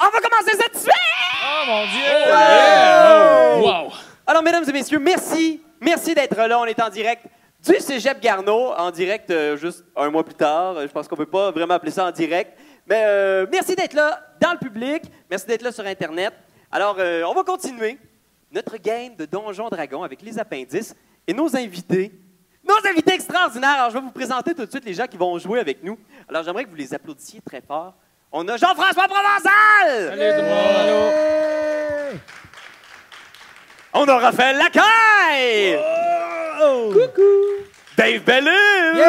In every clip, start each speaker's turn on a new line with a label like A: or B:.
A: va commencer ça tout de suite!
B: Oh mon Dieu! Yeah! Oh! Wow!
A: Alors, mesdames et messieurs, merci. Merci d'être là. On est en direct du Cégep Garneau, en direct euh, juste un mois plus tard. Euh, Je pense qu'on peut pas vraiment appeler ça en direct. Mais euh, merci d'être là dans le public. Merci d'être là sur Internet. Alors, euh, on va continuer notre game de Donjon Dragon avec les appendices et nos invités. Nos invités extraordinaires. Alors, je vais vous présenter tout de suite les gens qui vont jouer avec nous. Alors, j'aimerais que vous les applaudissiez très fort. On a Jean-François Provençal!
B: Salut tout le monde! Allô?
A: On a Raphaël Lacaille! Coucou! Dave Bellil!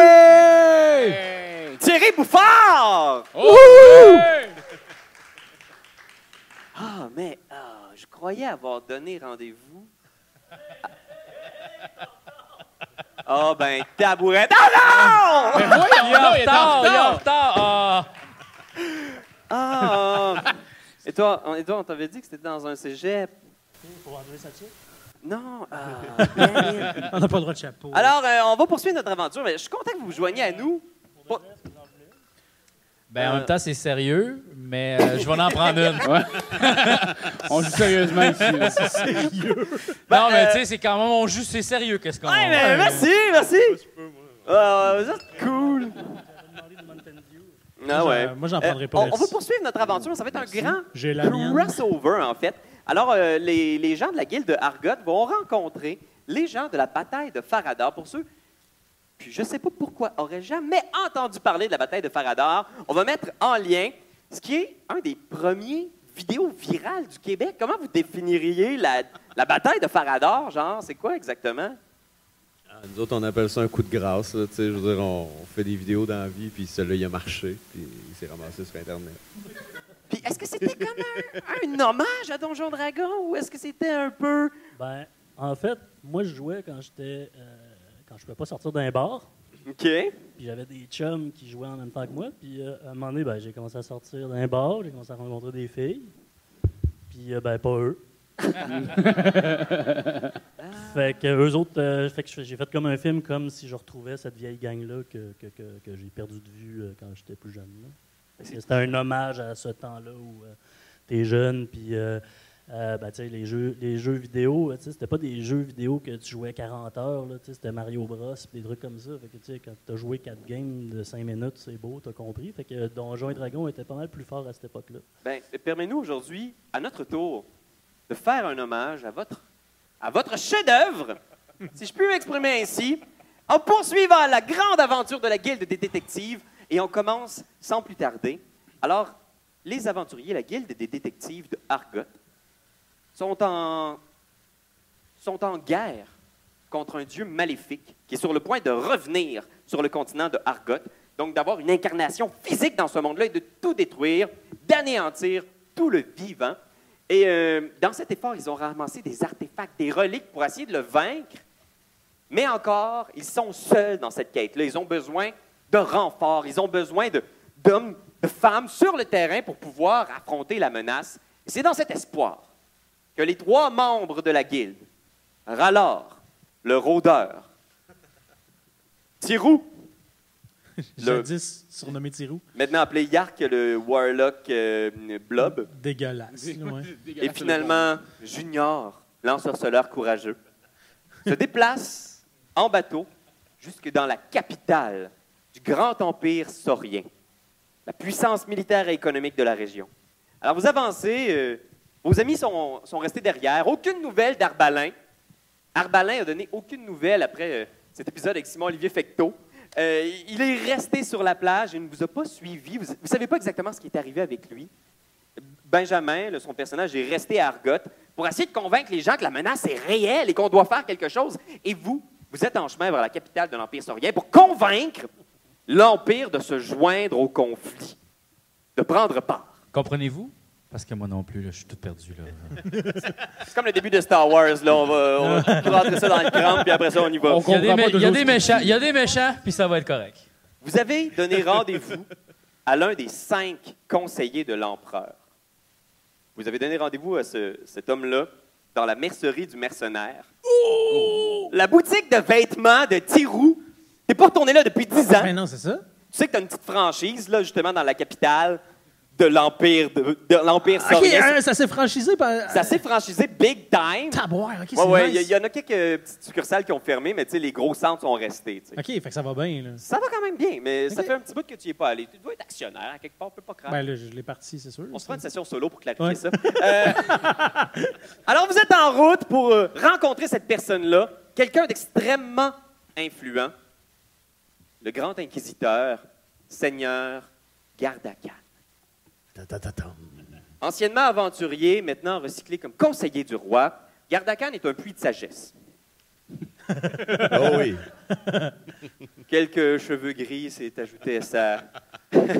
A: Thierry Bouffard!
B: Oh! Hey!
A: Ah, mais ah, je croyais avoir donné rendez-vous. Ah, oh, ben, tabourette. Ah non!
B: Il est en retard! Il est en retard! Ah.
A: Ah! ah. Et toi, on- et toi, on t'avait dit que c'était dans un cégep. Non! ah, damn it.
C: On n'a pas le droit de chapeau.
A: Alors, euh, on va poursuivre notre aventure, mais je suis content que vous vous joigniez à nous. Pour-
B: Ben, en
A: Euh.
B: même temps, c'est sérieux, mais euh, je vais en prendre une.
D: On joue sérieusement ici. là.
B: non,
A: euh,
B: mais tu sais, c'est quand même, on joue, c'est sérieux, qu'est-ce qu'on
C: Ah,
A: Ouais, mais merci, merci. Ah, vous êtes cool. Ah ouais.
C: Euh, moi, j'en
A: Euh,
C: prendrai pas.
A: on, on
C: merci.
A: va poursuivre notre aventure. Ça va être un grand
C: J'ai la mienne.
A: crossover, en fait. Alors, euh, les, les gens de la guilde de Argot vont rencontrer les gens de la bataille de Faradar. Pour ceux puis je ne sais pas pourquoi, aurait jamais entendu parler de la bataille de Faradar. On va mettre en lien ce qui est un des premiers vidéos virales du Québec. Comment vous définiriez la, la bataille de Faradar, genre? C'est quoi exactement?
E: Ah, Nous autres, on appelle ça un coup de grâce. là, tu sais, je veux dire, on, on fait des vidéos dans la vie, puis celui-là, il a marché, puis il s'est ramassé sur Internet.
A: Puis est-ce que c'était comme un, un hommage à Donjon Dragon ou est-ce que c'était un peu.
C: Ben, en fait, moi, je jouais quand j'étais. euh, quand je pouvais pas sortir d'un bar.
A: OK.
C: Puis j'avais des chums qui jouaient en même temps que moi. Puis euh, à un moment donné, ben, j'ai commencé à sortir d'un bar. J'ai commencé à rencontrer des filles. Puis, euh, ben, pas eux. fait que eux autres, euh, fait que j'ai fait comme un film, comme si je retrouvais cette vieille gang-là que, que- que- que j'ai perdu de vue euh, quand j'étais plus jeune. là. Fait que C'était un hommage à ce temps-là où tu es jeune, puis euh, euh, ben, tu sais, les, jeux, les jeux vidéo, euh, tu sais, c'était pas des jeux vidéo que tu jouais 40 heures, là, tu sais, c'était Mario Bros, puis des trucs comme ça. Fait que, tu sais, quand tu as joué 4 games de 5 minutes, c'est beau, tu as compris. Fait que euh, Donjons et Dragons était pas mal plus fort à cette époque-là.
A: Ben, permets-nous aujourd'hui, à notre tour, de faire un hommage à votre, à votre chef-d'œuvre, si je puis m'exprimer ainsi, en poursuivant la grande aventure de la Guilde des détectives. Et on commence sans plus tarder. Alors, les aventuriers, la Guilde des détectives de Argot, sont en, sont en guerre contre un dieu maléfique qui est sur le point de revenir sur le continent de Argot, donc d'avoir une incarnation physique dans ce monde-là et de tout détruire, d'anéantir tout le vivant. Et euh, dans cet effort, ils ont ramassé des artefacts, des reliques pour essayer de le vaincre. Mais encore, ils sont seuls dans cette quête-là. Ils ont besoin de renforts, ils ont besoin de- d'hommes, de, femmes sur le terrain pour pouvoir affronter la menace. Et c'est dans cet espoir que les trois membres de la guilde, Rallard, le rôdeur, Tirou, le,
C: Jadis surnommé Tirou,
A: maintenant appelé Yark, le warlock euh, blob,
C: dégueulasse.
A: et finalement Junior, l'ensorceleur courageux, se déplace en bateau jusque dans la capitale du grand empire saurien, la puissance militaire et économique de la région. Alors vous avancez, euh, vos amis sont, sont restés derrière, aucune nouvelle d'Arbalin. Arbalin a donné aucune nouvelle après euh, cet épisode avec Simon-Olivier Fecteau. Euh, il est resté sur la plage, il ne vous a pas suivi, vous ne savez pas exactement ce qui est arrivé avec lui. Benjamin, là, son personnage, est resté à Argot pour essayer de convaincre les gens que la menace est réelle et qu'on doit faire quelque chose. Et vous, vous êtes en chemin vers la capitale de l'Empire saurien pour convaincre l'Empire de se joindre au conflit, de prendre part.
B: Comprenez-vous? Parce que moi non plus, là, je suis tout perdu. Là.
A: C'est comme le début de Star Wars, là. On va, on va tout rentrer ça dans le crâne, puis après ça, on y va.
D: On
B: Il y a des,
D: comprend
B: mé-
D: pas
B: il y a
D: toujours
B: des
D: ce que-
B: méchants, il y a des méchants, puis ça va être correct.
A: Vous avez donné rendez-vous à l'un des cinq conseillers de l'empereur. Vous avez donné rendez-vous à ce- cet homme-là dans la mercerie du mercenaire.
F: Oh!
A: La boutique de vêtements de Tirou. T'es pas retourné là depuis dix ans.
F: Ben non, c'est ça.
A: Tu sais que t'as une petite franchise, là, justement, dans la capitale. de l'Empire de, de l'Empire
F: Ok,
A: saurien.
F: hein, ça s'est franchisé par.
A: Ça s'est franchisé big time.
F: Taboire, ok, c'est
A: Ouais, ouais, il
F: nice.
A: y, il y en a quelques petites succursales qui ont fermé, mais tu sais, les gros centres sont restés. tu sais.
F: Ok, fait que ça va bien, là.
A: Ça va quand même bien, mais ça
F: Ok.
A: fait un petit bout que tu n'y es pas allé. Tu dois être actionnaire, à quelque part, on peut pas craindre.
F: Ben là, je l'ai parti, c'est sûr.
A: Ah. On se fera une session solo pour clarifier
F: Ouais.
A: ça. Euh, alors, vous êtes en route pour euh, rencontrer cette personne-là, quelqu'un d'extrêmement influent, le grand inquisiteur, seigneur Gardakan. Anciennement aventurier, maintenant recyclé comme conseiller du roi, Gardakan est un puits de sagesse.
E: Oh oui.
A: Quelques cheveux gris s'est ajouté à sa,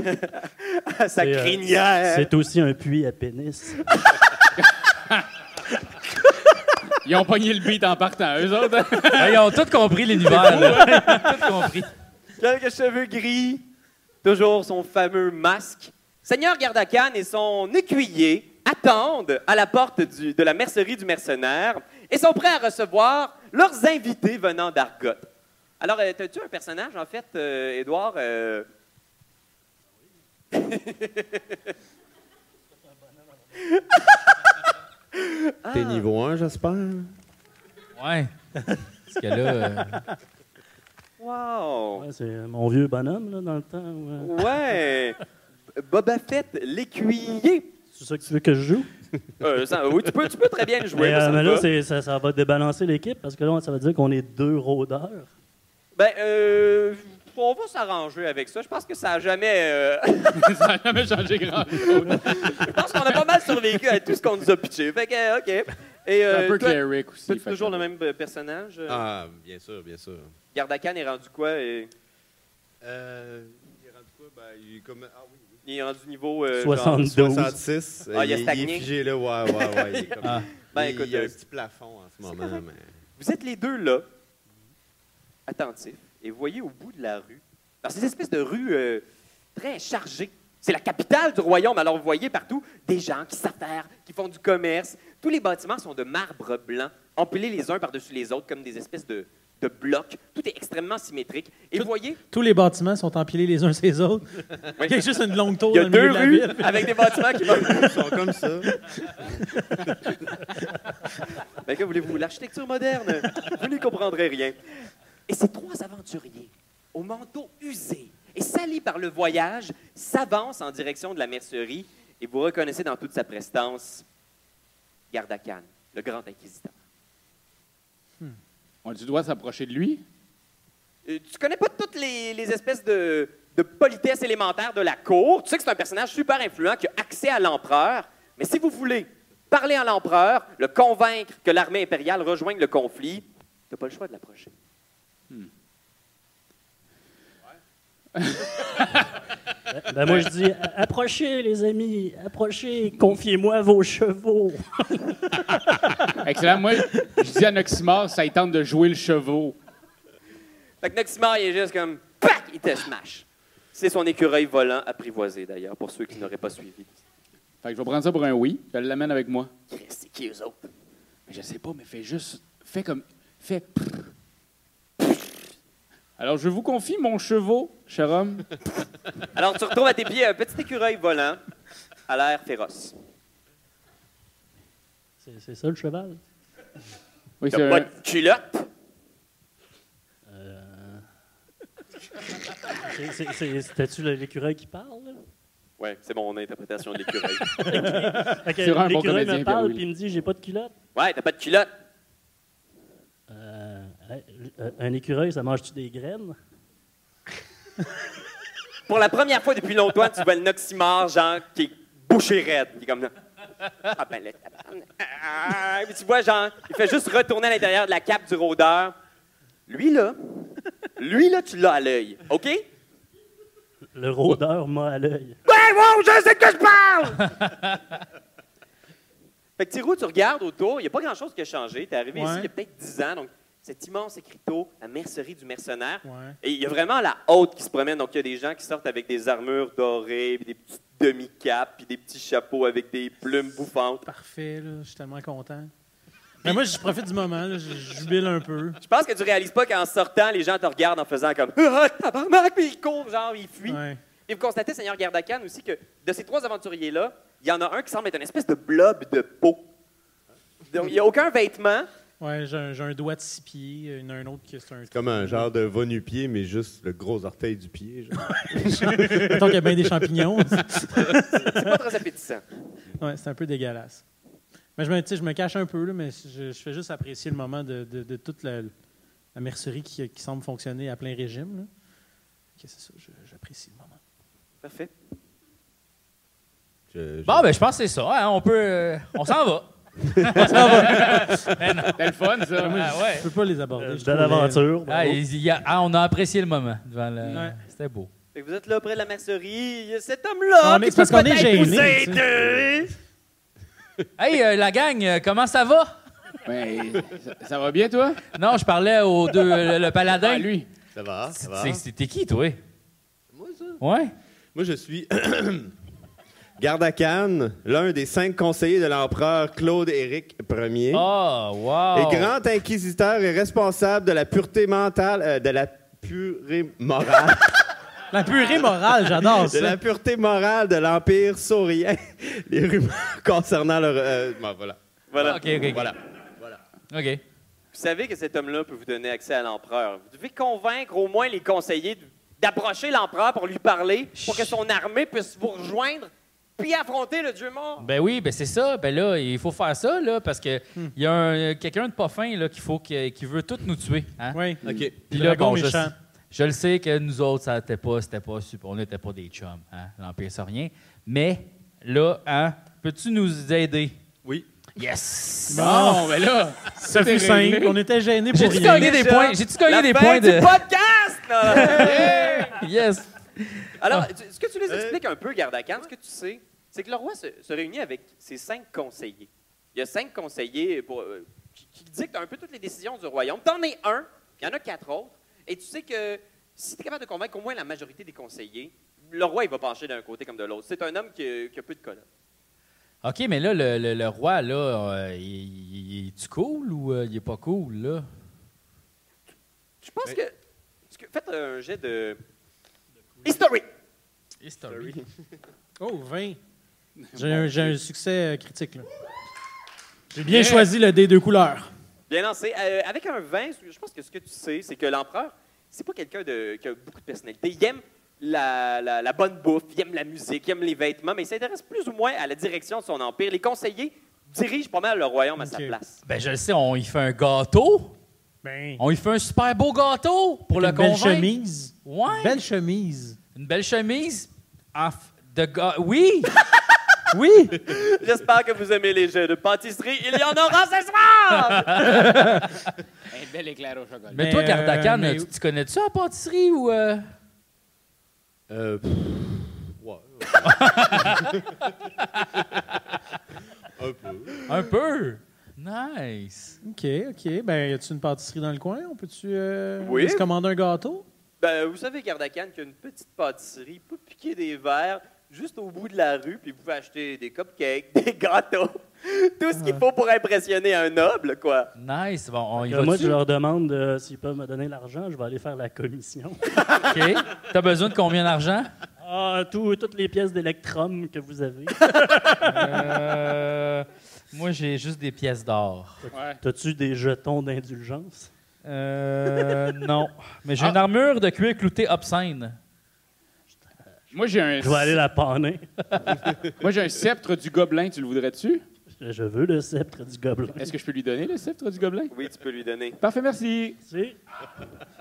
A: à sa
C: C'est, euh,
A: crinière.
C: C'est aussi un puits à pénis.
D: Ils ont pogné le beat en partant. Eux autres, hein.
B: Hey, Ben, ils ont tout compris l'univers, là. Ils ont tout compris.
A: Quelques cheveux gris, toujours son fameux masque. Seigneur Gardakan et son écuyer attendent à la porte du- de la mercerie du mercenaire et sont prêts à recevoir leurs invités venant d'Argot. Alors, euh, t'as-tu un personnage, en fait, euh, Édouard? euh?
E: T'es niveau 1, j'espère.
B: Ouais. Parce que là, euh,
A: Wow!
C: Ouais, c'est mon vieux bonhomme, là, dans le temps. où, euh,
A: Ouais! Boba Fett, l'écuyer.
C: C'est ça que tu veux que je joue?
A: Euh, ça- oui, tu peux, tu peux très bien le jouer.
C: mais,
A: moi,
C: euh,
A: ben, ça me
C: mais là,
A: va.
C: c'est- ça, ça va débalancer l'équipe parce que là, ça veut dire qu'on est deux rôdeurs.
A: Ben, euh, on va s'arranger avec ça. Je pense que ça n'a jamais. euh,
D: ça n'a jamais changé grand-chose.
A: Je pense qu'on a pas mal survécu à tout ce qu'on nous a pitché. Fait que, euh, OK. Et
D: C'est
A: euh,
D: un peu
A: toi,
D: cleric aussi.
A: t'as-tu
D: fait que-
A: toujours le même euh, personnage? euh?
E: Ah, bien sûr, bien sûr.
A: Gardakan est rendu quoi? euh,
E: Euh, il est rendu quoi? Ben, il est comme... Ah oui.
A: Il est rendu niveau... euh, genre-
C: 72.
E: 66.
A: Ah, il a
E: est- il
A: stagné.
E: est figé, là. Ouais, ouais, ouais. Il, est comme...
B: Ah.
A: Ben,
E: il-
A: écoute,
E: il y a
A: euh,
E: un petit plafond en ce moment.
A: correct.
E: Mais...
A: Vous êtes les deux là, attentifs, et voyez au bout de la rue, dans ces espèces de rues euh, très chargées, c'est la capitale du royaume, alors vous voyez partout des gens qui s'affairent, qui font du commerce. Tous les bâtiments sont de marbre blanc, empilés les uns par-dessus les autres comme des espèces de, de blocs. Tout est extrêmement symétrique. Et
F: Tout-
A: vous voyez,
F: Tous les bâtiments sont empilés les uns sur les autres.
A: Oui.
F: Il y a juste une longue tour
A: il y
F: dans
A: a
F: le
A: deux
F: milieu
A: rues
F: de la ville.
A: avec des bâtiments qui vont...
E: Ils sont comme ça.
A: Ben, que voulez-vous? L'architecture moderne, vous n'y comprendrez rien. Et ces trois aventuriers, au manteau usé et sali par le voyage, s'avancent en direction de la mercerie et vous reconnaissez dans toute sa prestance Gardakan, le grand inquisiteur.
D: On tu dois s'approcher de lui?
A: Euh, tu connais pas toutes les, les espèces de, de politesse élémentaire de la cour. Tu sais que c'est un personnage super influent qui a accès à l'empereur. Mais si vous voulez parler à l'empereur, le convaincre que l'armée impériale rejoigne le conflit, t'as pas le choix de l'approcher.
C: Ben, moi, je dis approchez, les amis, approchez, confiez-moi vos chevaux.
D: Excellent. Moi, je dis à Noximor, ça il tente de jouer le chevaux.
A: Fait que Noximor, il est juste comme PAC! Il te smash. C'est son écureuil volant apprivoisé, d'ailleurs, pour ceux qui n'auraient pas suivi.
D: Fait que je vais prendre ça pour un oui. Je l'amène avec moi.
A: Christ, C'est qui eux autres?
D: Mais je sais pas, mais fais juste. Fais comme. Fais. Alors, je vous confie mon chevaux, cher homme.
A: Alors, tu retrouves à tes pieds un petit écureuil volant à l'air féroce.
C: C'est c'est ça le cheval?
D: Oui, c'est
A: T'as pas
D: un,
A: de culotte?
C: C'est- c'est- c'est- C'était-tu le- l'écureuil qui parle? là?
A: Ouais, c'est mon interprétation de l'écureuil.
C: Fait que
D: C'est vraiment un bon
C: L'écureuil
D: comédien,
C: me parle
D: Pierre-Louis.
C: puis il me dit j'ai pas de culotte.
A: Ouais, t'as pas de culotte.
C: Euh, euh, un écureuil, ça mange-tu des graines?
A: Pour la première fois depuis longtemps, tu vois le Noximor, genre, qui est bouché raide. Il est comme là. Ah ben là, tabarnak. Ah, Puis tu vois, genre, il fait juste retourner à l'intérieur de la cape du rôdeur. Lui, là, lui, là, tu l'as à l'œil, OK?
C: Le rôdeur m'a à l'œil.
A: Ouais, wow, je sais de quoi je parle! fait que Thiro, tu regardes autour, il n'y a pas grand-chose qui a changé. T'es arrivé ici
F: Ouais.
A: il y a peut-être 10 ans, donc cet immense écriteau, la mercerie du mercenaire.
F: Ouais.
A: Et il y a vraiment la haute qui se promène. Donc, il y a des gens qui sortent avec des armures dorées, puis des petites demi-capes, puis des petits chapeaux avec des plumes bouffantes.
F: Parfait, là. Je suis tellement content. Mais moi, je profite du moment, là. Je je jubile un peu.
A: Je pense que tu réalises pas qu'en sortant, les gens te regardent en faisant comme « Ah, tabarnak! » Puis ils courent, genre, ils fuient.
F: Ouais.
A: Et vous constatez, Seigneur Gardakan, aussi que de ces trois aventuriers-là, il y en a un qui semble être une espèce de blob de peau. Donc, il n'y a aucun vêtement.
F: Ouais, j'ai un, j'ai un doigt de six pieds, il y en a un autre qui est un.
E: C'est comme un genre de va-nu-pied, mais juste le gros orteil du pied. genre.
F: Mettons qu'il y a bien des champignons.
A: C'est pas très appétissant.
F: Ouais, c'est un peu dégueulasse. Mais je me, tu sais, je me cache un peu, là, mais je, je fais juste apprécier le moment de, de- de toute la, la mercerie qui, qui semble fonctionner à plein régime. là. Ok, c'est ça, je- j'apprécie le moment.
A: Parfait.
E: Je- je-
B: Bon, ben, je pense que c'est ça. hein, On peut. euh, on s'en va. Ben non.
D: C'était le fun, ça.
B: Ah, ouais.
F: Je peux pas les aborder.
C: Euh,
F: je
C: Belle
F: trouvais-
C: aventure.
B: Ah,
C: bravo.
B: il y a- ah, on a apprécié le moment devant le.
F: Ouais.
B: C'était beau.
A: Fait que vous êtes là près de la mercerie. Il y a cet homme-là
F: On
A: qui
F: est-
A: peut
F: parce qu'on est
A: peut-être
F: gêné,
A: vous
F: tu sais.
A: aider.
B: Hey, euh, la gang, euh, comment ça va?
D: Ben, ça, ça va bien, toi?
B: Non, je parlais aux deux, euh, le, le paladin.
D: Ah, lui.
E: Ça va, ça va.
B: C'est- c'est- T'es qui, toi?
E: Moi, ça?
B: Ouais.
E: Moi, je suis garde à Cannes, l'un des cinq conseillers de l'empereur Claude-Éric Ier.
B: Oh, wow.
E: et grand inquisiteur et responsable de la pureté mentale, euh, de la purée morale,
F: La purée morale, j'adore
E: de la
F: ça.
E: pureté morale de l'empire saurien. Les rumeurs concernant leur, euh, bon, voilà,
F: Ah,
A: Voilà.
B: OK, OK, OK.
E: voilà.
B: OK.
A: Vous savez que cet homme-là peut vous donner accès à l'empereur. Vous devez convaincre au moins les conseillers d- d'approcher l'empereur pour lui parler, pour que son armée puisse vous rejoindre puis affronter le dieu mort.
B: Ben oui, ben c'est ça. Ben là, il faut faire ça, là, parce que
F: Hmm.
B: il y a un- quelqu'un de pas fin, là, qu'il faut que- qui veut tous nous tuer. Hein?
F: Oui.
E: OK.
B: Puis
F: Le
B: là,
F: dragon
B: bon, je,
F: méchant.
B: je le sais que nous autres, ça n'était pas, c'était pas super, on n'était pas des chums, hein, l'Empire saurien. Mais là, hein, peux-tu nous aider?
E: Oui.
B: Yes!
D: Bon, ben là.
F: Ça fut
D: est réglé.
F: simple. On était gênés pour
B: J'ai-tu
F: rien.
B: gagné des
A: Déjà,
B: points? J'ai-tu gagné
A: La
B: des
A: fin
B: points
A: du
B: de.
A: podcast! là!
B: Yes!
A: Alors, tu- ce que tu les expliques un peu, Gardacan, ce que tu sais, c'est que le roi se, se réunit avec ses cinq conseillers. Il y a cinq conseillers pour, euh, qui, qui dictent un peu toutes les décisions du royaume. T'en es un, il y en a quatre autres, et tu sais que si tu es capable de convaincre au moins la majorité des conseillers, le roi, il va pencher d'un côté comme de l'autre. C'est un homme qui, a- qui a peu de colonnes.
B: OK, mais là, le, le- le roi, là, euh, il, il- il est-tu cool ou euh, il est pas cool, là?
A: Je pense que, parce que- Faites un jet de... History!
B: History.
F: Oh, 20. J'ai un, j'ai un succès euh, critique. là. J'ai bien choisi le dé deux couleurs.
A: Bien lancé. Euh, avec un 20, je pense que ce que tu sais, c'est que l'empereur, c'est pas quelqu'un de- qui a beaucoup de personnalité. Il aime la, la- la bonne bouffe, il aime la musique, il aime les vêtements, mais il s'intéresse plus ou moins à la direction de son empire. Les conseillers dirigent pas mal le royaume à sa
F: Ok.
A: place.
B: Ben, je le sais, on y fait un gâteau.
F: Ben,
B: On y fait un super beau gâteau pour le
F: une belle
B: convaincre.
F: chemise.
B: Ouais.
F: Une Belle chemise.
B: Une belle chemise. En f- de ga- Oui!
F: Oui.
A: J'espère que vous aimez les jeux de pâtisserie. Il y en aura ce soir!
D: Un bel éclair au chocolat.
B: mais
F: Mais,
B: toi,
F: euh,
B: Gardacan,
F: mais-
B: tu, tu connais-tu la pâtisserie ou. euh?
E: Euh, pff, ouais, ouais. Un peu.
B: Un peu. Nice.
F: OK, OK. Ben, y a-tu une pâtisserie dans le coin? On peut-tu euh,
A: Oui.
F: se commander un gâteau?
A: ben, vous savez, Gardakan, qu'il y a une petite pâtisserie, pas piquer des verres, juste au bout de la rue, puis vous pouvez acheter des cupcakes, des gâteaux, tout ce qu'il faut pour impressionner un noble, quoi.
B: Nice. Bon, on y
C: Euh,
B: va.
C: moi, je leur demande euh, s'ils peuvent me donner l'argent, je vais aller faire la commission.
B: OK. T'as besoin de combien d'argent?
C: ah, tout- toutes les pièces d'électrum que vous avez.
B: Euh, moi, j'ai juste des pièces d'or.
D: Ouais.
C: T'as-tu des jetons d'indulgence?
B: Euh, non. Mais j'ai une armure de cuir clouté obscène.
D: Moi, j'ai un,
C: Je vais aller la panner.
D: moi, j'ai un sceptre du gobelin. Tu le voudrais-tu?
C: Je veux le sceptre du gobelin.
D: Est-ce que je peux lui donner le sceptre du gobelin?
A: Oui, tu peux lui donner.
D: Parfait, merci.
C: C'est-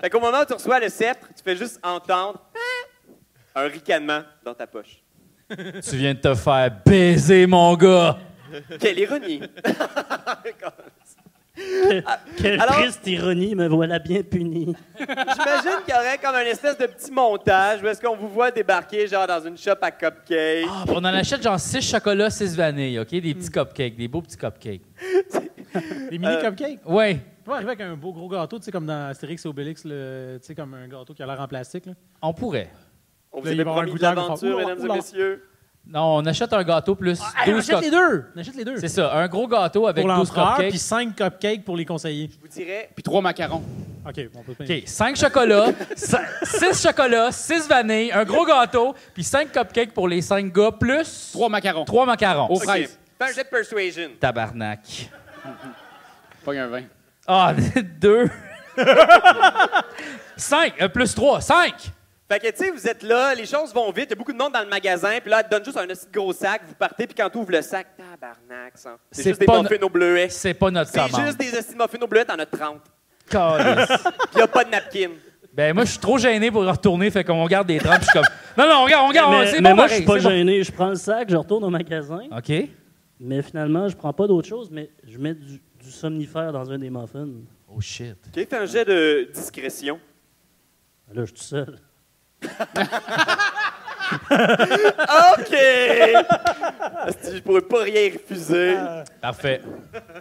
A: Fait qu'au moment où tu reçois le sceptre, tu fais juste entendre un ricanement dans ta poche.
B: Tu viens de te faire baiser, mon gars.
A: Quelle ironie!
C: Quelle
A: Alors-
C: triste ironie, me voilà bien puni.
A: J'imagine qu'il y aurait comme un espèce de petit montage où est-ce qu'on vous voit débarquer genre dans une shop à cupcakes.
B: Ah, on en achète genre 6 chocolats, 6 vanilles, OK? Des petits cupcakes, des beaux petits cupcakes.
F: Des mini cupcakes?
B: Ouais.
F: On peut arriver avec un beau gros gâteau, tu sais, comme dans Astérix et Obélix, le- tu sais, comme un gâteau qui a l'air en plastique. là.
B: On pourrait.
A: On vous
F: Là, il
A: avait
F: va y avoir
A: promis
F: un
A: de
F: coup d'arc, il
A: l'aventure,
F: va faire,
A: mesdames et
F: oula,
A: messieurs.
B: Non, on achète un gâteau plus
F: Ah, Hey, on
B: 12
F: achète les
B: cupcakes.
F: deux! On achète les deux!
B: C'est ça, un gros gâteau avec
F: Pour
B: 12
F: l'empereur,
B: cupcakes.
F: puis 5 cupcakes pour les conseillers.
A: Je vous dirais,
D: Puis trois macarons.
F: OK, OK, on peut pas.
B: OK, 5 chocolats, 6 chocolats, 6 vanilles, un gros gâteau, puis 5 cupcakes pour les 5 gars, plus
D: Trois macarons.
B: 3 macarons.
D: Aux
A: OK.
D: fraises.
A: Fais un jet de persuasion.
B: Tabarnak.
D: Pas un vin.
B: Ah, 2. 5, euh, plus 3, 5.
A: Fait que, tu sais, vous êtes là, les choses vont vite, il y a beaucoup de monde dans le magasin, puis là, elle te donne juste un petit gros sac, vous partez, puis quand tu ouvres le sac, tabarnak, ça. C'est
B: C'est
A: juste des
B: pas
A: muffins aux bleuets.
B: C'est pas notre
A: C'est
B: commande.
A: juste des hosties de muffins aux bleuets, t'en as 30. Puis
B: Calisse.
A: il a pas de napkin.
B: Ben moi, je suis trop gêné pour retourner, fait qu'on garde des trampes, je suis comme... Non, non, on regarde, on regarde,
C: mais
B: c'est
C: mais
B: bon,
C: moi, je suis
B: pareil,
C: pas
B: c'est bon.
C: gêné. Je prends le sac, je retourne au magasin.
B: OK.
C: Mais finalement, je prends pas d'autre chose, mais je mets du, du somnifère dans un des muffins.
B: Oh shit.
A: OK, fais un jet de discrétion.
C: Là, je suis tout seul.
A: OK! Parce que je pourrais pas rien refuser.
B: Parfait.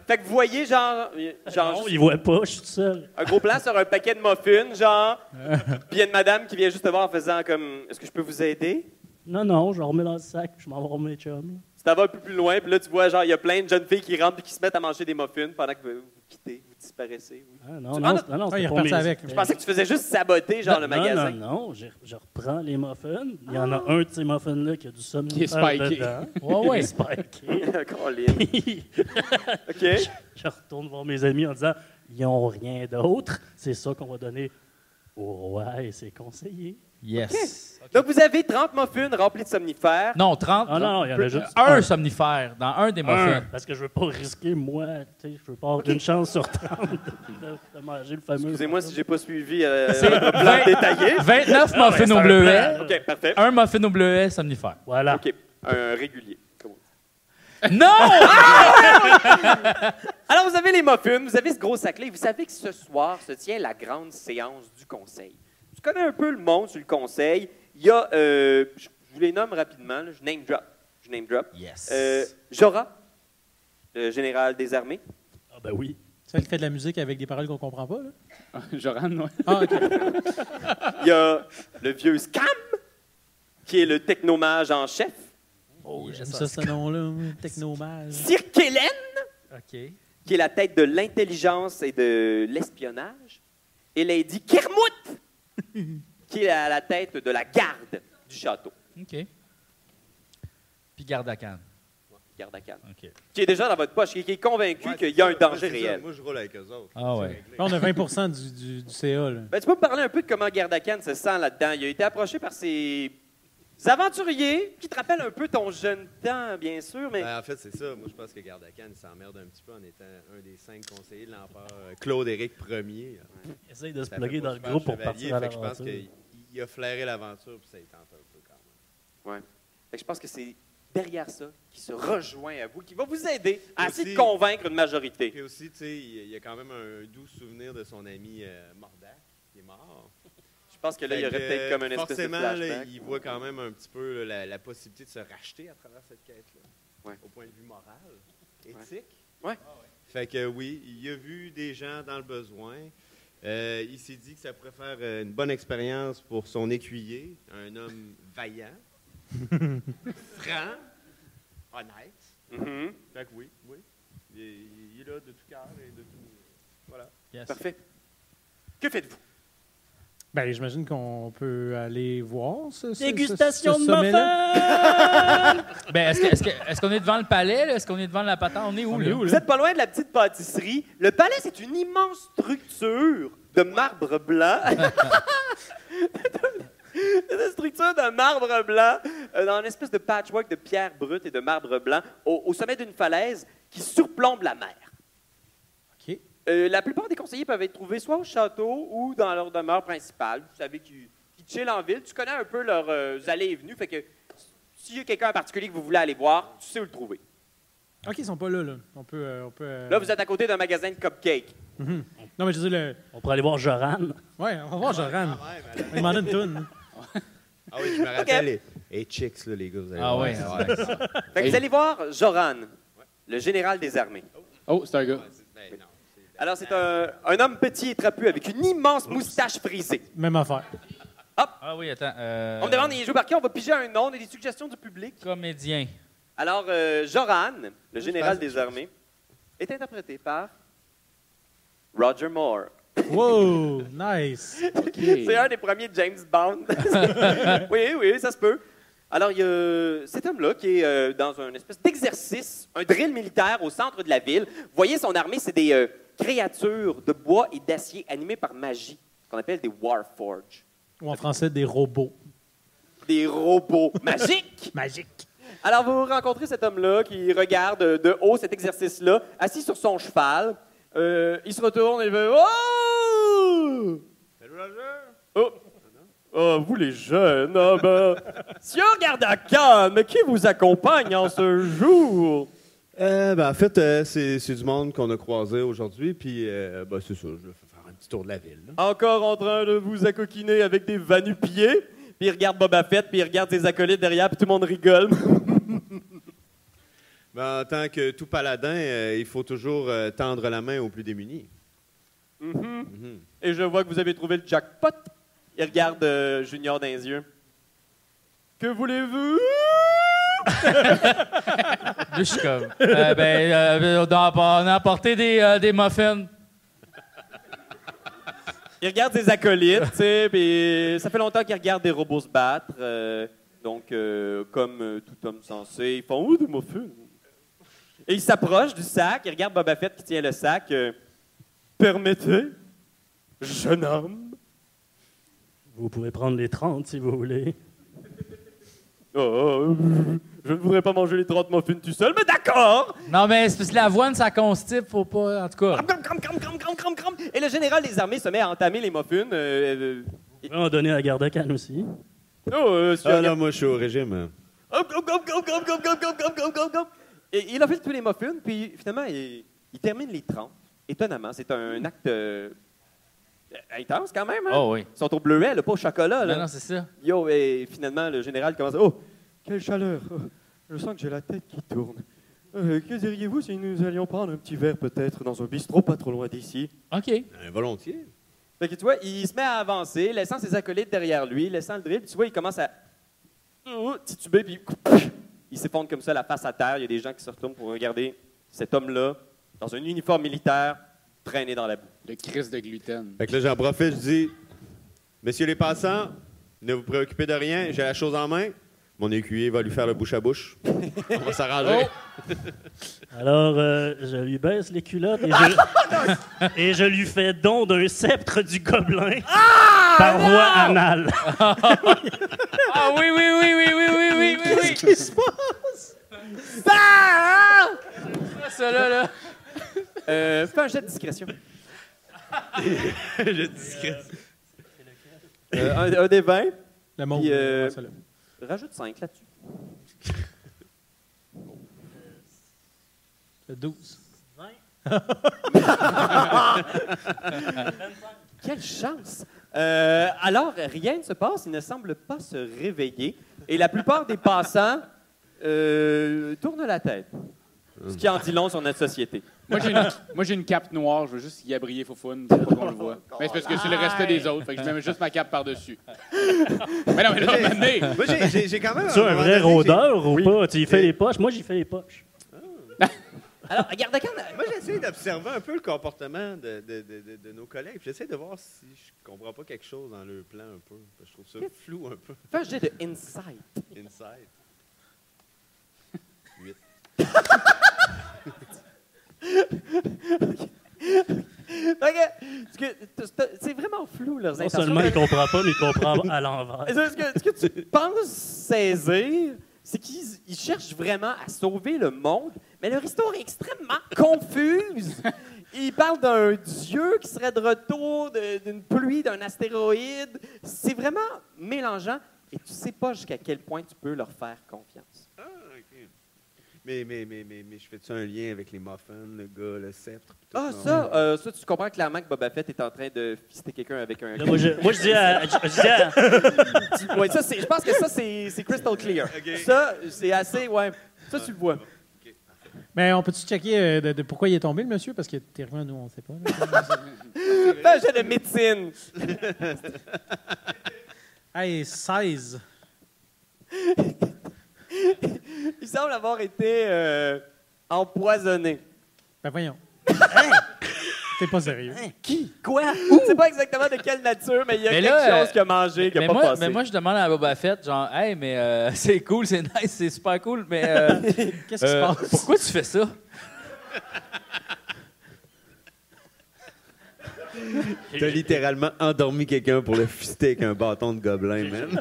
A: Fait que vous voyez, genre, genre
C: non,
A: juste
C: il voit pas, je suis tout seul.
A: un gros plan sur un paquet de muffins, genre, puis il y a une madame qui vient juste te voir en faisant comme « Est-ce que je peux vous aider? »
C: Non, non, je le remets dans le sac, puis je m'en vais voir mes chums. là.
A: Tu t'en vas un peu plus loin, puis là, tu vois, genre, il y a plein de jeunes filles qui rentrent et qui se mettent à manger des muffins pendant que vous, vous quittez, vous disparaissez. Oui.
C: Ah, non,
A: Tu-
C: non,
A: ah, non,
C: c'est- non, non,
F: Ah, il
C: c'était
F: est
C: pour
F: reparti
C: mes-
F: avec.
A: Je pensais que tu faisais juste saboter, genre, le
C: Non,
A: magasin.
C: Non, non, je, je reprends les muffins. Il y en a un de ces muffins-là qui a du somnifère
D: Qui est spiké.
C: dedans.
B: Ouais, ouais.
C: Il est spiké.
A: Colin. OK.
C: je retourne voir mes amis en disant ils n'ont rien d'autre, c'est ça qu'on va donner au roi et ses conseillers.
B: Yes.
A: Donc, vous avez 30 muffins remplis de somnifères.
B: Non, 30.
C: Ah non, non, il y en a juste
B: un,
C: un.
B: somnifère dans un des
C: Un,
B: muffins.
C: parce que je veux pas risquer, moi, tu sais, je veux pas avoir une chance sur 30 de, de- de manger le fameux.
A: Excusez-moi si j'ai pas suivi euh,
B: C'est
A: le plan
B: vingt-
A: détaillé.
B: 29 muffins
C: c'est
B: au
C: un
E: Ah,
B: bleuet.
A: OK, parfait.
B: Un muffin au bleuet somnifère.
C: Voilà.
A: OK, un régulier. comme on dit.
B: Non!
A: Alors, vous avez les muffins, vous avez ce gros sac-là, et vous savez que ce soir se tient la grande séance du conseil. Tu connais un peu le monde sur le conseil. Il y a, euh, je je vous les nomme rapidement, là, je name drop. Je name drop.
B: Yes.
A: Euh, Jorah, le général des armées.
C: Ah ben oui.
F: Celle qui fait de la musique avec des paroles qu'on comprend pas, là.
D: Joran, ouais.
F: Ah, OK.
A: Il y a le vieux Scam, qui est le technomage en chef.
B: Oh,
F: J'aime ça, ce nom-là. oui, Technomage.
A: Cirque Hélène,
B: OK.
A: qui est la tête de l'intelligence et de l'espionnage. Et Lady Kermouth, qui est à la tête de la garde du château.
B: OK. Puis garde à canne.
A: Garde à Cannes.
B: OK.
A: Qui est déjà dans votre poche, qui qui est convaincu qu'il y a un danger réel.
E: Moi, je roule avec eux autres.
B: Ah ouais.
F: Là, on a 20 du, du, du CA, là.
A: Ben, tu peux me parler un peu de comment Gardakan se sent là-dedans? Il a été approché par ses aventuriers qui te rappellent un peu ton jeune temps, bien sûr, mais
E: Ben, en fait, c'est ça. Moi, je pense que Gardacan, il s'emmerde un petit peu en étant un des cinq conseillers de l'empereur euh, Claude-Éric Ier.
C: Essaye de se
E: Ça fait
C: plugger
E: pas
C: dans le
E: super
C: groupe pour
E: chevalier,
C: partir à
E: fait que Je pense
C: l'aventure.
E: qu'il il a flairé l'aventure, puis ça, il tente un peu quand même.
A: Fait que je pense que c'est derrière ça qui se rejoint à vous, qui va vous aider à
E: Aussi-
A: essayer de convaincre une majorité.
E: Puis aussi, tu sais, il il y a quand même un doux souvenir de son ami euh, Mordac, qui est mort.
A: Je pense que là, il y aurait
E: Fait que,
A: peut-être comme une espèce de
E: forcément, là,
A: flashback.
E: il voit quand même un petit peu là, la, la possibilité de se racheter à travers cette quête-là,
A: Ouais.
E: au point de vue moral, éthique.
A: Ouais.
E: Ah Fait que oui, il a vu des gens dans le besoin. Euh, il s'est dit que ça pourrait faire euh, une bonne expérience pour son écuyer, un homme vaillant, franc, honnête.
A: Mhm.
E: Fait que oui, oui. Il est, il est là de tout cœur et de tout. Voilà.
B: Yes.
A: Parfait. Que faites-vous?
F: Ben, j'imagine qu'on peut aller voir ce, ce- ce-
C: Dégustation
F: ce
C: de
F: sommet-là.
C: muffins!
B: Ben, est-ce que- est-ce que- est-ce qu'on est, devant le palais? là? Est-ce qu'on est devant la patente? On est où,
F: On
B: là?
F: est où,
A: Vous
F: là?
A: êtes pas loin de la petite pâtisserie. Le palais, c'est une immense structure de marbre blanc. C'est une structure de marbre blanc, euh, dans une espèce de patchwork de pierre brute et de marbre blanc, au, au sommet d'une falaise qui surplombe la mer.
F: OK.
A: Euh, la plupart des conseillers peuvent être trouvés soit au château ou dans leur demeure principale. Vous savez qu'ils qu'ils chillent en ville. Tu connais un peu leurs euh, allées et venues. Fait que s'il y a quelqu'un en particulier que vous voulez aller voir, tu sais où le trouver.
F: OK, ils sont pas là, là. On peut... euh, on peut euh,
A: Là, vous êtes à côté d'un magasin de cupcakes.
F: mhm. Non, mais je veux dire, le...
C: On pourrait aller voir Joran.
F: Ouais, on va voir Joran.
E: Ah ouais, mais
F: On va demander une toune.
E: Ah oui, je me rappelle. Et chicks, là, les gars, vous allez
B: Ah
E: voir.
B: ouais, ah ouais.
A: Fait que vous allez voir Joran, le général des armées.
D: Oh, c'est un gars.
E: Ben non, c'est-
A: Alors, c'est un, un homme petit et trapu avec une immense moustache frisée.
F: Même affaire.
B: Ah oui, attends. euh,
A: On me demande, il joue par qui? On va piger un nom, on a des suggestions du public.
B: Comédien.
A: Alors, euh, Joran, le général des armées, est interprété par Roger Moore.
F: Wow! Nice!
A: C'est un des premiers James Bond. oui, oui, ça se peut. Alors, il y a cet homme-là qui est euh, dans un espèce d'exercice, un drill militaire au centre de la ville. Vous voyez, son armée, c'est des euh, créatures de bois et d'acier animées par magie, qu'on appelle des Warforges.
F: Ou en français, des robots.
A: Des robots magiques.
F: Magique!
A: Alors, vous rencontrez cet homme-là qui regarde euh, de haut cet exercice-là, assis sur son cheval. Euh, il se retourne et veut. Oh!
E: Salut Roger!
A: Oh. Oh, vous les jeunes, ah ben. Si on regarde à Cannes, qui vous accompagne en ce jour?
E: Euh, ben, en fait, euh, c'est c'est du monde qu'on a croisé aujourd'hui, puis euh, ben, c'est ça, je vais faire un petit tour de la ville. là.
A: Encore en train de vous accoquiner avec des vanupiers? Puis il regarde Boba Fett, puis il regarde ses acolytes derrière, puis tout le monde rigole.
E: Ben, en tant que tout paladin, euh, il faut toujours euh, tendre la main aux plus démunis.
A: Mhm.
E: Mhm.
A: Et je vois que vous avez trouvé le jackpot. Il regarde euh, Junior dans les yeux. Que voulez-vous?
B: Là, je suis comme. euh, ben, euh, on a on a apporté des, euh, des muffins.
A: Il regarde ses acolytes, tu sais, puis ça fait longtemps qu'il regarde des robots se battre. euh, donc, euh, comme euh, tout homme sensé, ils font « Ouh, des muffins! » Et il s'approche du sac, il regarde Boba Fett qui tient le sac. euh, Permettez, jeune homme.
C: Vous pouvez prendre les 30 si vous voulez.
A: Oh, oh, euh, je ne voudrais pas manger les 30 muffins tout seul, mais d'accord!
B: Non, mais c'est parce que l'avoine, ça constipe, faut pas. En tout cas.
A: Cram, cram, cram, cram, cram, cram, cram, cram. Et le général des armées se met à entamer les muffins. euh, euh,
C: On va en donner à Gardacan aussi.
A: oh, euh, si on
E: Ah
A: regarde-
E: là, moi, je suis au régime.
A: Hop, hop, hop, hop, hop, hop, hop, hop, hop, hop, hop, hop. Et il a fait tous les muffins, puis finalement, il, il termine les 30. Étonnamment, c'est un acte euh, intense quand même. hein?
B: Hmm. Oh oui.
A: Ils sont au bleuet, là, pas au chocolat.
B: Non,
A: Là.
B: non, c'est ça.
A: Yo, et finalement, le général commence à- Oh, quelle chaleur Oh, Je sens que j'ai la tête qui tourne. Euh, que diriez-vous si nous allions prendre un petit verre, peut-être, dans un bistrot pas trop loin d'ici
B: OK.
E: Un volontiers.
A: Fait que tu vois, il se met à avancer, laissant ses acolytes derrière lui, laissant le drip. Tu vois, il commence à Oh, tituber, puis il s'effondre comme ça, la face à terre. Il y a des gens qui se retournent pour regarder cet homme-là, dans un uniforme militaire, traîné dans la boue.
D: Le crise de gluten.
E: Fait que là, j'en profite, je dis Messieurs les passants, ne vous préoccupez de rien, j'ai la chose en main. Mon écuyer va lui faire le bouche à bouche. On va s'arranger.
C: Oh! Alors, euh, je lui baisse les culottes et je, et je lui fais don d'un sceptre du gobelin
E: Ah,
C: par voie anale.
B: Ah oui, oui, oui, oui, oui, oui, oui, oui, oui.
F: Qu'est-ce qui se passe?
B: Ça, ça, là, là.
A: Euh, fais un jet de discrétion.
E: Je discrète.
A: Euh, un, un des 20,
F: Le monde.
A: Puis, euh,
F: ouais, ça, là.
A: rajoute 5 là-dessus.
F: Le 12.
A: Quelle chance! Euh, alors, rien ne se passe, il ne semble pas se réveiller, et la plupart des passants euh, tournent la tête. Ce qui en dit long sur notre société.
D: Moi, j'ai une, moi, j'ai une cape noire. Je veux juste y abrier Foufoune pour pas qu'on le voit. Mais c'est parce que c'est le reste des autres. Fait que je mets juste ma cape par-dessus. mais non, mais là, maintenant.
E: Moi, j'ai- j'ai- j'ai quand même.
C: Tu es un
E: moment
C: vrai
E: donné,
C: rôdeur ou
E: Oui.
C: pas? Tu y fais
E: Et-
C: les poches? Moi, j'y fais les poches.
A: Alors, regarde, regarde,
E: j'ai- Moi, j'essaie d'observer un peu le comportement de, de- de- de- de nos collègues. puis J'essaie de voir si je comprends pas quelque chose dans leur plan un peu. Parce que Je trouve ça flou un peu.
A: Fais un jet de insight.
E: Inside.
A: Ok, ce que- c'est- c'est- C'est vraiment flou, leurs
C: Non
A: intentions.
C: seulement il comprend pas, mais il comprend à l'envers.
A: Ce que, ce que tu penses saisir, c'est qu'ils ils cherchent vraiment à sauver le monde, mais leur histoire est extrêmement confuse. Ils parlent d'un dieu qui serait de retour, de- d'une pluie, d'un astéroïde. C'est vraiment mélangeant et tu sais pas jusqu'à quel point tu peux leur faire confiance.
E: Ah, ok. Mais, mais, mais, mais, mais je fais-tu un lien avec les muffins, le gars, le sceptre? pis tout?
A: Ah,
E: Non.
A: ça, euh, ça, tu comprends clairement que Boba Fett est en train de fister quelqu'un avec un.
C: Là, moi, je, moi, je dis à, je- je dis à-
A: Ouais, ça, c'est- je pense que ça, c'est c'est crystal clear.
E: Ok.
A: Ça, c'est assez, ouais. Ça, tu le vois.
F: Mais on peut-tu checker euh, de, de pourquoi il est tombé, le monsieur? Parce que théoriquement, nous, on ne sait pas. là.
A: Fais un jet de médecine.
F: hey, 16.
A: Il semble avoir été euh, empoisonné.
F: Ben voyons. T'es pas sérieux.
A: Qui? Quoi? Je sais pas exactement de quelle nature, mais il y a
B: Mais
A: quelque
B: là,
A: chose qu'il a mangé, qu'il
B: mais,
A: a pas
B: moi,
A: passé.
B: mais moi, je demande à Boba Fett, genre, hey, mais euh, c'est cool, c'est nice, c'est super cool, mais euh,
F: Qu'est-ce qui
B: euh,
F: se passe?
B: pourquoi tu fais ça?
E: T'as littéralement endormi quelqu'un pour le fister avec un bâton de gobelin, même.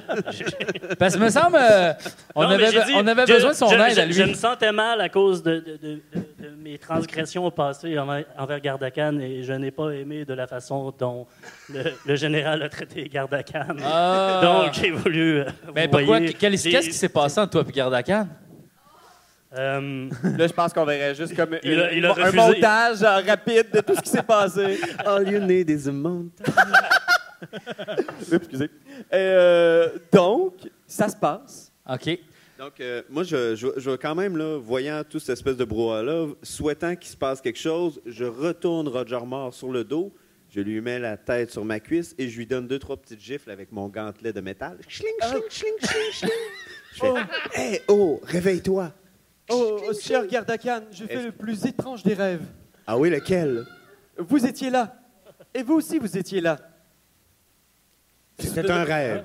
B: Parce que me semble, euh, on,
C: Non, mais
B: avait,
C: j'ai dit,
B: on avait
C: je-
B: besoin de son
C: je-
B: aide
C: je-
B: à lui.
C: Je me sentais mal à cause de, de- de- de- de mes transgressions passées envers, envers Gardakan et je n'ai pas aimé de la façon dont le, le général a traité Gardakan.
B: Ah.
C: Donc, j'ai voulu. euh,
B: mais
C: vous
B: pourquoi?
C: voyez,
B: Qu'est-ce
C: j'ai-
B: qu'est-ce qui s'est passé entre toi et Gardakan?
C: euh,
A: Là, je pense qu'on verrait juste comme
C: Il
A: une-
C: a- il a
A: un
C: refusé.
A: montage euh, rapide de tout ce qui s'est passé.
E: All you need is a mountain.
A: Oups, Excusez. Et, euh, donc, ça se passe.
B: OK.
E: Donc, euh, moi, je, je, je- quand même, là, voyant toute cette espèce de brouhaha-là, souhaitant qu'il se passe quelque chose, je retourne Roger Moore sur le dos, je lui mets la tête sur ma cuisse et je lui donne deux, trois petites gifles avec mon gantelet de métal. Chling, chling, chling, chling, chling. Je fais, hey, oh, réveille-toi.
A: Oh, cher Gardakan, j'ai fait
E: Est-ce-
A: le plus étrange des rêves.
E: Ah oui, lequel?
A: Vous étiez là. Et vous aussi, vous étiez là.
E: C'était un rêve.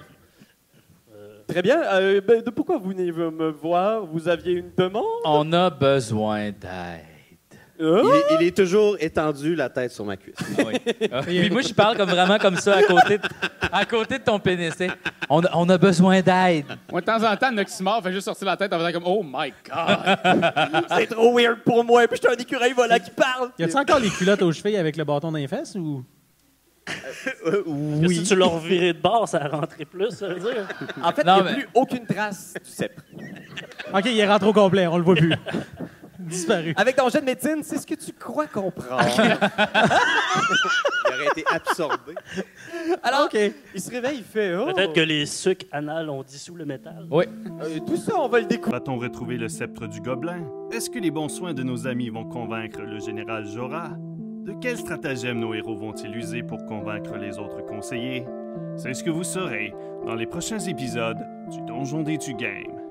A: Très bien. Euh, ben, de pourquoi vous venez me voir? Vous aviez une demande?
B: On a besoin d'aide.
E: Il
A: Hein?
E: est, il est toujours étendu, la tête sur ma cuisse.
B: Oui. Ah, Puis moi, je parle comme vraiment comme ça, à côté de, à côté de ton pénis. tu sais. On, a- on a besoin d'aide.
D: Moi, de temps en temps, Noximor fait juste sortir la tête en faisant comme Oh my God!
A: C'est trop weird pour moi. Et puis, je suis un écureuil volant qui parle.
F: Y a-tu encore les culottes aux chevilles avec le bâton dans les fesses ou.
E: Euh,
C: que
E: oui.
C: Si tu l'as reviré de bord, ça rentrait plus, ça veut dire.
A: En fait, il n'y
B: Non,
A: a
B: mais-
A: plus aucune trace du sceptre.
F: Ok, il rentre au complet, on le voit plus. Disparu.
A: Avec ton jet de médecine, c'est ce que tu crois comprendre.
E: Il aurait été absorbé.
A: Alors, il se réveille, il fait oh,
C: Peut-être que les sucs anales ont dissous le métal.
B: Oui.
A: euh, tout ça, on va le découvrir.
G: Va-t-on retrouver le sceptre du gobelin? Est-ce que les bons soins de nos amis vont convaincre le général Jorah? De quel stratagème nos héros vont-ils user pour convaincre les autres conseillers? C'est ce que vous saurez dans les prochains épisodes du Donjon des Tu Game.